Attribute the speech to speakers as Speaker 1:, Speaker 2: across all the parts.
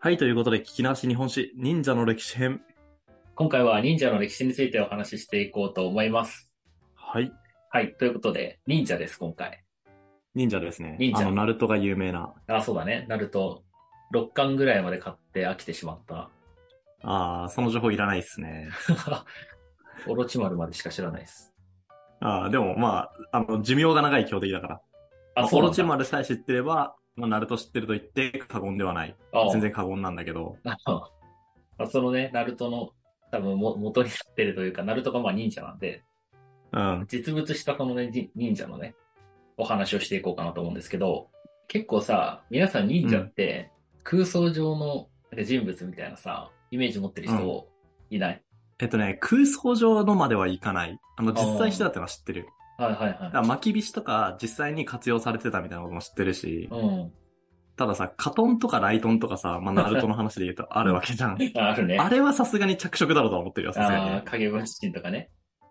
Speaker 1: はい、ということで、聞き直し日本史、忍者の歴史編。
Speaker 2: 今回は忍者の歴史についてお話ししていこうと思います。
Speaker 1: はい、
Speaker 2: はい。ということで、忍者です、今回。
Speaker 1: 忍者ですね。
Speaker 2: 忍者
Speaker 1: あの、ナルトが有名な。
Speaker 2: あ、そうだね。ナルト、6巻ぐらいまで買って飽きてしまった。
Speaker 1: ああ、その情報いらないですね。
Speaker 2: オロチマルまでしか知らないです。
Speaker 1: ああ、でもまあ、あの、寿命が長い強敵だから。まあ、オロチマルさえ知ってれば、まあ、ナルト知ってると言って過言ではない。
Speaker 2: ル
Speaker 1: 全然過言なんだけど。
Speaker 2: あの、まあ、そのね、ナルトの多分も元になってるというか、ナルトがまあ忍者なんで、
Speaker 1: うん。
Speaker 2: 実物したこのね、じ忍者のね、お話をしていこうかなと思うんですけど、結構さ、皆さん忍者って空想上のなんか人物みたいなさ、イメージ持ってる人いない、
Speaker 1: えっとね、空想上のまではいかない。あの、実際してたってのは知ってる。
Speaker 2: はいはい
Speaker 1: だか
Speaker 2: は
Speaker 1: ら、巻きびしとか実際に活用されてたみたいなことも知ってるし
Speaker 2: い。、うん。
Speaker 1: たださ、カトンとかライトンとかさ、まあ、ナルトの話で言うとあるわけじゃん。
Speaker 2: あある ね。
Speaker 1: あれはさすがに着色だろうとは思ってるよ、さすがに
Speaker 2: ああ、
Speaker 1: ね。
Speaker 2: 影分身とかね。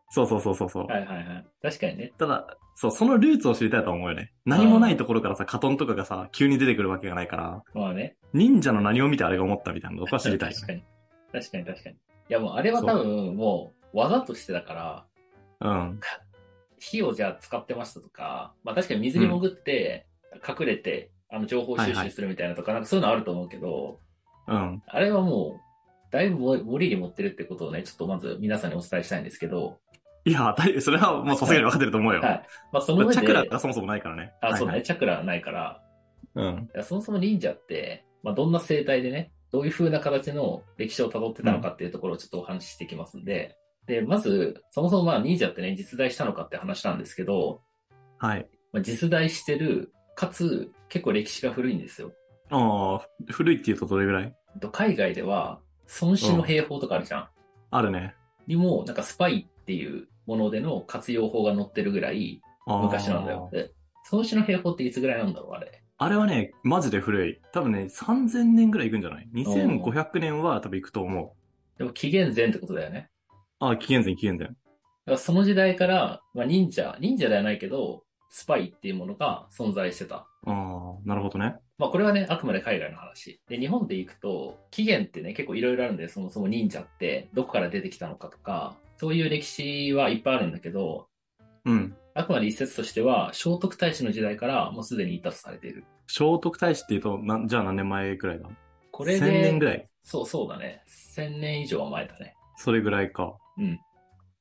Speaker 1: そうそうそうそうそう。
Speaker 2: はいはいはい。確かにね。
Speaker 1: ただ、そう、そのルーツを知りたいと思うよね。何もないところからさ、カトンとかがさ、急に出てくるわけがないから、
Speaker 2: まあね。
Speaker 1: 忍者の何を見てあれが思ったみたいなのとか知りたいよ
Speaker 2: 確
Speaker 1: ね。
Speaker 2: かに。確かに確かに。いやもうあれは多分もう技としてだから、
Speaker 1: うん。
Speaker 2: 火をじゃあ使ってましたとか、まあ確かに水に潜って、隠れて、あの、情報収集するみたいなとか、なんかそういうのあると思うけど、
Speaker 1: うん。
Speaker 2: あれはもう、だいぶも森に持ってるってことをね、ちょっとまず皆さんにお伝えしたいんですけど、
Speaker 1: いや、だいそれはもうさすがにわかってると思うよ。
Speaker 2: はい。まあその上で、
Speaker 1: チャクラがそもそもないからね。
Speaker 2: あ、そうだ
Speaker 1: はい
Speaker 2: ね、チャクラはないから、
Speaker 1: はいうん。
Speaker 2: いやそもそも忍者って、まあどんな生態でね、どういう風な形の歴史を辿ってたのかっていうところをちょっとお話ししていきますんで、で、まず、そもそもまあ忍者ってね、実在したのかって話なんですけど、
Speaker 1: はい。
Speaker 2: まあ、実在してる、かつ結構歴史が古いんですよ。
Speaker 1: ああ、古いって言うとどれぐらい
Speaker 2: えっと海外では、孫子の兵法とかあるじゃん。
Speaker 1: あるね。
Speaker 2: にも、なんかスパイっていうものでの活用法が載ってるぐらい
Speaker 1: あー
Speaker 2: 昔なんだよ。。で孫子の兵法っていつぐらいなんだろう、あれ。
Speaker 1: あれはね、マジで古い。多分ね、3000年ぐらい行くんじゃない ?2500 年は多分行くと思う。
Speaker 2: でも紀元前ってことだよね。
Speaker 1: ああ、紀元前、紀元前。
Speaker 2: だからその時代から、まあ、忍者、忍者ではないけど、スパイっていうものが存在してた。
Speaker 1: ああ、なるほどね。
Speaker 2: まあこれはね、あくまで海外の話。で、日本で行くと、起源ってね、結構いろいろあるんで、そもそも忍者ってどこから出てきたのかとか、そういう歴史はいっぱいあるんだけど、
Speaker 1: うん。
Speaker 2: あくまで一説としては、聖徳太子の時代からもうすでにいたとされている。
Speaker 1: 聖徳太子っていうと、なんじゃあ何年前くらいだ
Speaker 2: これで、
Speaker 1: 1000年ぐらい。
Speaker 2: そうそうだね。1000年以上は前だね。
Speaker 1: それぐらいか。
Speaker 2: うん。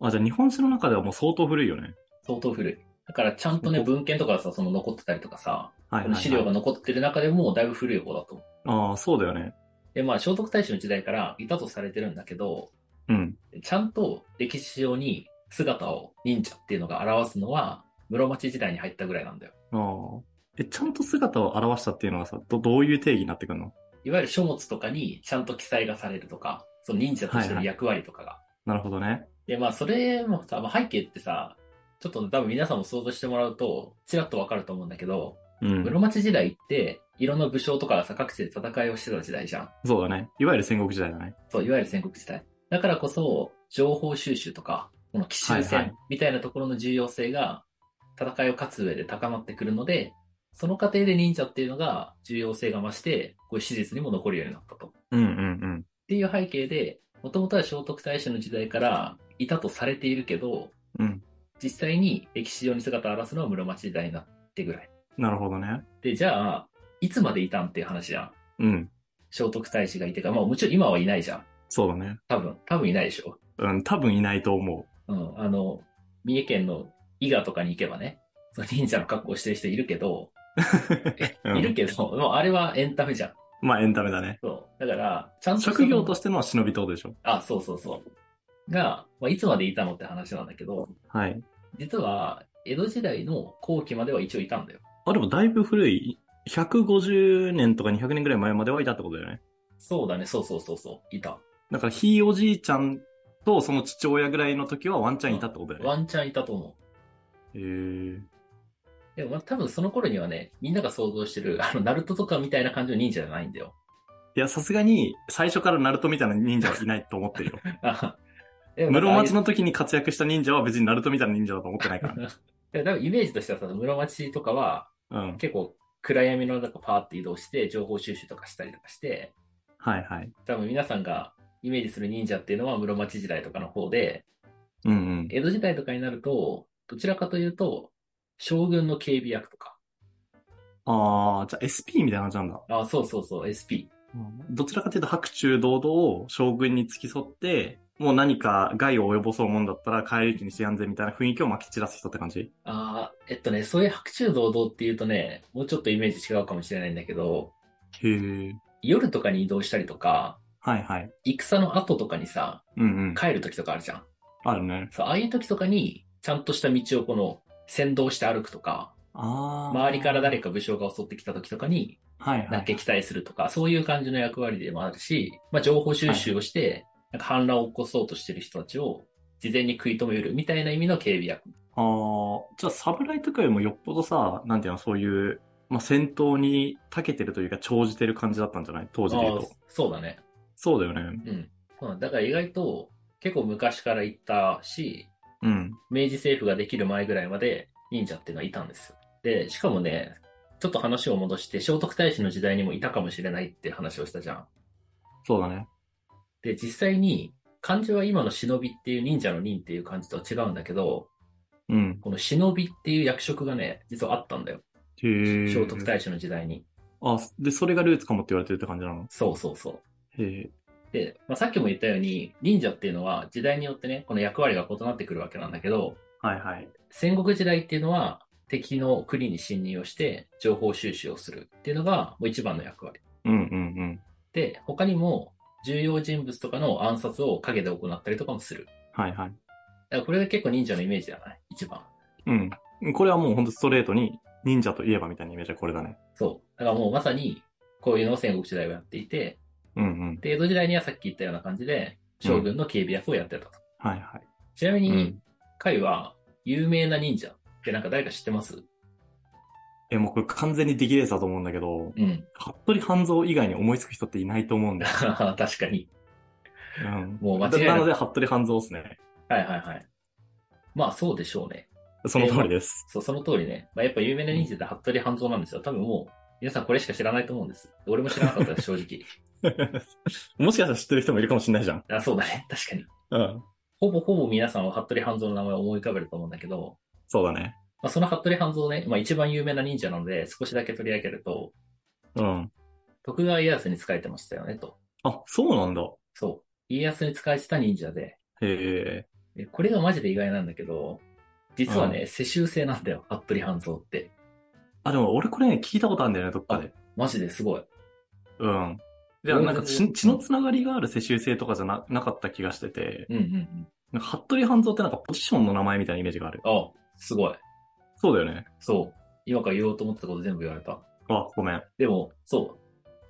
Speaker 1: あ、じゃあ日本史の中ではもう相当古いよね。
Speaker 2: 相当古い。だからちゃんとね、
Speaker 1: ここ
Speaker 2: 文献とかさ、その残ってたりとかさ、
Speaker 1: はいはい、はい。
Speaker 2: 資料が残ってる中でもだいぶ古い方だと思う。
Speaker 1: ああ、そうだよね。
Speaker 2: で、まあ、聖徳太子の時代からいたとされてるんだけど、
Speaker 1: うん。
Speaker 2: ちゃんと歴史上に姿を忍者っていうのが表すのは、室町時代に入ったぐらいなんだよ。
Speaker 1: ああ。え、ちゃんと姿を表したっていうのはさ、ど、どういう定義になってくるの
Speaker 2: いわゆる書物とかにちゃんと記載がされるとか、その忍者としての役割とかが
Speaker 1: なるほどね。
Speaker 2: で、まあ、それもさ、まあ、背景ってさ、ちょっと多分皆さんも想像してもらうと、ちらっとわかると思うんだけど、
Speaker 1: うん。
Speaker 2: 室町時代って、いろんな武将とかがさ、各地で戦いをしてた時代じゃん。
Speaker 1: そうだね。いわゆる戦国時代だね。
Speaker 2: そう、いわゆる戦国時代。だからこそ、情報収集とか、この奇襲
Speaker 1: はいはい
Speaker 2: 戦みたいなところの重要性が、戦いを勝つ上で高まってくるので、その過程で忍者っていうのが重要性が増して、こういう史実にも残るようになったと。っ
Speaker 1: うんうん
Speaker 2: ていう背景で、もともとは聖徳太子の時代からいたとされているけど、
Speaker 1: うん。うん。
Speaker 2: 実際に歴史上に姿を現すのは室町時代になってぐらい。
Speaker 1: なるほどね。
Speaker 2: で、じゃあ、いつまでいたんっていう話じゃん。
Speaker 1: うん。
Speaker 2: 聖徳太子がいてから、まあもちろん今はいないじゃん。
Speaker 1: そうだね。
Speaker 2: 多分、多分いないでしょ。
Speaker 1: うん、多分いないと思
Speaker 2: うん、あの、三重県の伊賀とかに行けばね、その忍者の格好をしてる人いるけど、
Speaker 1: う。うん
Speaker 2: いるけど、 もうあれはエンタメじゃん。
Speaker 1: まあエンタメだね。
Speaker 2: そう。だから、ちゃんとした
Speaker 1: 職業としての忍びってことでしょ。
Speaker 2: あ、そうそうそう。が、まあ、いつまでいたのって話なんだけど、
Speaker 1: はい。
Speaker 2: 実は、江戸時代の後期までは一応いたんだよ。
Speaker 1: あ、でもだいぶ古い。150年とか200年ぐらい前まではいたってことだよね。
Speaker 2: そうだね、そうそうそうそう、いた。
Speaker 1: だから、ひいおじいちゃんとその父親ぐらいの時はワンチャンいたってことだよね。
Speaker 2: ワンチャンいたと思う。
Speaker 1: へー
Speaker 2: でもまあ多分その頃にはね、みんなが想像してる、あの、ナルトとかみたいな感じの忍者じゃないんだよ。
Speaker 1: いや、さすがに最初からナルトみたいな忍者はいないと思って るよ。
Speaker 2: でもなん
Speaker 1: 室
Speaker 2: かああいう
Speaker 1: 町の時に活躍した忍者は別にナルトみたいな忍者だと思ってないから。
Speaker 2: でも多分イメージとしてはさ、室町とかは
Speaker 1: うん。
Speaker 2: 結構暗闇の中パーって移動して情報収集とかしたりとかして、
Speaker 1: はいはい。
Speaker 2: 多分皆さんがイメージする忍者っていうのは室町時代とかの方で、
Speaker 1: うんうん。
Speaker 2: 江戸時代とかになると、どちらかというと、将軍の警備役とか。
Speaker 1: ああ、じゃあ SP みたいな感じなんだ。
Speaker 2: あ、そうそうそう、SP。
Speaker 1: どちらかというと白昼堂々を将軍に付き添って、もう何か害を及ぼそうもんだったら帰り道にしてやんぜみたいな雰囲気をまき散らす人って感じ
Speaker 2: あーえっとね、そういう白昼堂々っていうとね、もうちょっとイメージ違うかもしれないんだけど、
Speaker 1: へえ。
Speaker 2: 夜とかに移動したりとか、
Speaker 1: はいはい。
Speaker 2: 戦の後とかにさ、
Speaker 1: うんうん。
Speaker 2: 帰る時とかあるじゃん。
Speaker 1: あるね。
Speaker 2: そう、ああいう時とかに、ちゃんとした道をこの、先導して歩くとか、
Speaker 1: ああ。
Speaker 2: 周りから誰か武将が襲ってきた時とかに、
Speaker 1: はいはい。
Speaker 2: なんか撃退するとか、そういう感じの役割でもあるし、まあ、情報収集をして、なんか反乱を起こそうとしてる人たちを、事前に食い止めるみたいな意味の警備役。
Speaker 1: ああ、じゃあ侍とかよりもよっぽどさ、なんていうの、そういう、まあ、戦闘に長けてるというか、長じてる感じだったんじゃない当時で言う
Speaker 2: あー
Speaker 1: と。
Speaker 2: そうだね。
Speaker 1: そうだよね。
Speaker 2: うん。うんだから意外と、結構昔から言ったし、
Speaker 1: うん。
Speaker 2: 明治政府ができる前ぐらいまで忍者っていうのはいたんですよ。で、しかもね、ちょっと話を戻して、聖徳太子の時代にもいたかもしれないって話をしたじゃん。
Speaker 1: そうだね。
Speaker 2: で、実際に、漢字は今の忍びっていう忍者の忍っていう漢字とは違うんだけど、
Speaker 1: うん。
Speaker 2: この忍びっていう役職がね、実はあったんだよ。
Speaker 1: へー
Speaker 2: 聖徳太子の時代に。
Speaker 1: あ、で、それがルーツかもって言われてるって感じなの
Speaker 2: そうそうそう。
Speaker 1: へえ。
Speaker 2: で、まあ、さっきも言ったように、忍者っていうのは時代によってね、この役割が異なってくるわけなんだけど、
Speaker 1: はいはい。
Speaker 2: 戦国時代っていうのは敵の国に侵入をして情報収集をするっていうのがもう一番の役割。
Speaker 1: うんうんうん。
Speaker 2: で、他にも重要人物とかの暗殺を陰で行ったりとかもする。
Speaker 1: はいはい。
Speaker 2: だからこれが結構忍者のイメージじゃない一番。
Speaker 1: うん。これはもうほんとストレートに、忍者といえばみたいなイメージはこれだね。
Speaker 2: そう。だからもうまさに、こういうのを戦国時代はやっていて、
Speaker 1: うんうん。
Speaker 2: で、江戸時代にはさっき言ったような感じで、将軍の警備役をやってたと。
Speaker 1: はいはい。
Speaker 2: ちなみ
Speaker 1: う
Speaker 2: に
Speaker 1: ん、
Speaker 2: 海は、有名な忍者ってなんか誰か知ってます
Speaker 1: え、もうこれ完全にディギレースだと思うんだけど、
Speaker 2: うん。
Speaker 1: 服部半蔵以外に思いつく人っていないと思うんだよ。
Speaker 2: 確かに。
Speaker 1: うん。
Speaker 2: もう間違い
Speaker 1: な
Speaker 2: な。
Speaker 1: いの
Speaker 2: はい
Speaker 1: で、服部半蔵ですね。
Speaker 2: はいはい。まあそうでしょうね。
Speaker 1: その通りです。
Speaker 2: そう、その通りね。まあやっぱ有名な忍者って服部半蔵なんですよ。多分もう、皆さんこれしか知らないと思うんです。俺も知らなかったです、正直。
Speaker 1: もしかしたら知ってる人もいるかもしれないじゃん。
Speaker 2: あ、そうだね。確かに。
Speaker 1: うん。
Speaker 2: ほぼほぼ皆さんは服部半蔵の名前を思い浮かべると思うんだけど、
Speaker 1: そうだね。
Speaker 2: まあ、その服部半蔵ね、まあ、一番有名な忍者なので、少しだけ取り上げると、
Speaker 1: うん。
Speaker 2: 徳川家康に仕えてましたよね、と。
Speaker 1: あ、そうなんだ。
Speaker 2: そう。家康に仕えてた忍者で、
Speaker 1: へえ。
Speaker 2: でこれがマジで意外なんだけど、実はね、世襲制なんだよ、服部半蔵って。
Speaker 1: あ、でも俺これね、聞いたことあるんだよね、どっかで。
Speaker 2: マジですごい。
Speaker 1: うん。じゃあなんか血血のつながりがある世襲制とかじゃななかった気がしてて、
Speaker 2: うんうんうん。
Speaker 1: なんか服部半蔵ってなんかポジションの名前みたいなイメージがある。
Speaker 2: あ、すごい。
Speaker 1: そうだよね。
Speaker 2: そう。今から言おうと思ってたこと全部言われた。
Speaker 1: あ、ごめん。
Speaker 2: でも、そ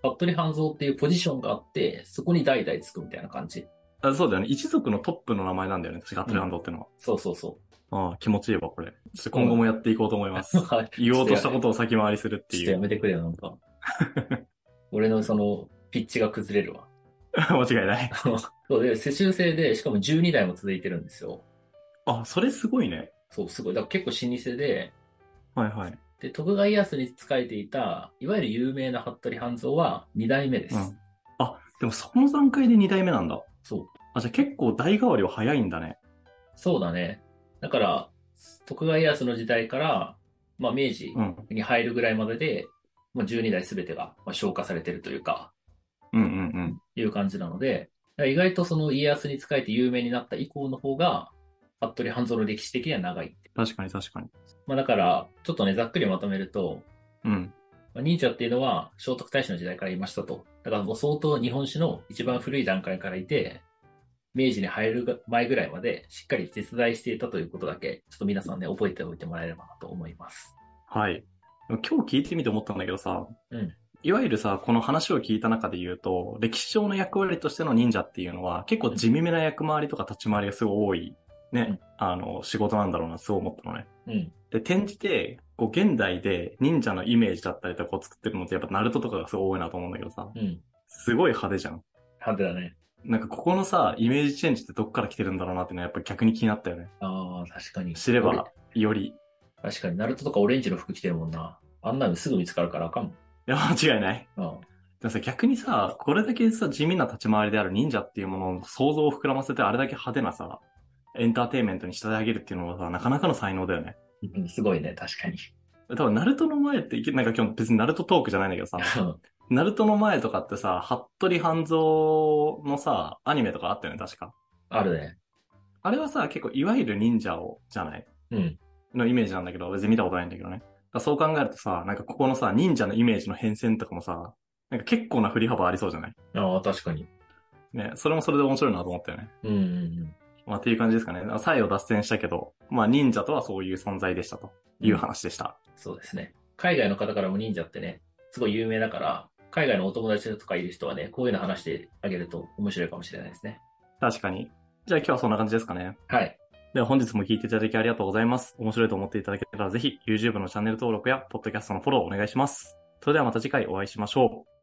Speaker 2: う。服部半蔵っていうポジションがあって、そこに代々つくみたいな感じ。
Speaker 1: あそうだよね。一族のトップの名前なんだよね。確か服部半蔵ってのは。
Speaker 2: そうそう そ
Speaker 1: ああ、気持ちいいわ、これ。ちょっと今後もやっていこうと思います
Speaker 2: う。。はい。
Speaker 1: 言おうとしたことを先回りするって
Speaker 2: ちょっ
Speaker 1: い
Speaker 2: とや
Speaker 1: う。
Speaker 2: めてくれよ、なんか。俺のその、ピッチが崩れるわ。
Speaker 1: 間違いない。
Speaker 2: そうで、世襲制で、しかも12代も続いてるんですよ。
Speaker 1: あ、それすごいね。
Speaker 2: そう、すごい。だから結構老舗で、
Speaker 1: はいはい。
Speaker 2: で、徳川家康に仕えていた、いわゆる有名な服部半蔵は2代目です。
Speaker 1: うんあ、でもその段階で2代目なんだ。
Speaker 2: そう。
Speaker 1: あ、じゃあ結構代替わりは早いんだね。
Speaker 2: そうだね。だから、徳川家康の時代から、まあ明治
Speaker 1: うん。
Speaker 2: に入るぐらいまでで、まあ12代すべてが、まあ、消化されてるというか、
Speaker 1: うんうんうん。
Speaker 2: いう感じなので、だから意外とその家康に仕えて有名になった以降の方が、服部半蔵の歴史的には長いって。
Speaker 1: 確かに確かに。
Speaker 2: まあだから、ちょっとね、ざっくりまとめると、
Speaker 1: うん。
Speaker 2: まあ忍者っていうのは聖徳太子の時代からいましたと。だからもう相当日本史の一番古い段階からいて、明治に入る前ぐらいまでしっかり実在していたということだけ、ちょっと皆さんね、覚えておいてもらえればなと思います。
Speaker 1: はい。今日聞いてみて思ったんだけどさ、
Speaker 2: うん
Speaker 1: いわゆるさ、この話を聞いた中で言うと、歴史上の役割としての忍者っていうのは、結構地味めな役回りとか立ち回りがすごい多い、ね、あの、仕事なんだろうな、そう思ったのね。
Speaker 2: うん。
Speaker 1: で、転じて、こう、現代で忍者のイメージだったりとかを作ってるのって、やっぱナルトとかがすごい多いなと思うんだけどさ、
Speaker 2: うん。
Speaker 1: すごい派手じゃん。
Speaker 2: 派手だね。
Speaker 1: なんかここのさ、イメージチェンジってどっから来てるんだろうなっていうのはやっぱ逆に気になったよね。
Speaker 2: ああ、確かに。
Speaker 1: 知れ
Speaker 2: 俺
Speaker 1: ば。、より。い
Speaker 2: 確かに、ナルトとかオレンジの服着てるもんな。あんなのすぐ見つかるからあかん
Speaker 1: や、間違いない。
Speaker 2: もん。うん。
Speaker 1: ででもさ、逆にさ、これだけさ、地味な立ち回りである忍者っていうものの想像を膨らませて、あれだけ派手なさ、エンターテインメントに仕立て上げるっていうのはさ、なかなかの才能だよね。
Speaker 2: うんすごいね、確かに。
Speaker 1: 多分、ナルトの前って、なんか今日別にナルトトークじゃないんだけどさ、ナルトの前とかってさ、服部半蔵のさ、アニメとかあったよね、確か。
Speaker 2: あるね。
Speaker 1: あれはさ、結構、いわゆる忍者を、じゃない
Speaker 2: うん。
Speaker 1: のイメージなんだけど、別に見たことないんだけどね。だからそう考えるとさ、なんかここのさ、忍者のイメージの変遷とかもさ、なんか結構な振り幅ありそうじゃない
Speaker 2: ああ、確かに。
Speaker 1: ね、それもそれで面白いなと思ったよね。
Speaker 2: うんうんうん。
Speaker 1: まあ、っていう感じですかね。あ最後脱線したけど、まあ、忍者とはそういう存在でしたという話でした。
Speaker 2: そうですね。海外の方からも忍者ってね、すごい有名だから、海外のお友達とかいる人はね、こういうの話してあげると面白いかもしれないですね。
Speaker 1: 確かに。じゃあ今日はそんな感じですかね。
Speaker 2: はい。
Speaker 1: では本日も聞いていただきありがとうございます。面白いと思っていただけたらぜひ YouTube のチャンネル登録や Podcast のフォローお願いします。それではまた次回お会いしましょう。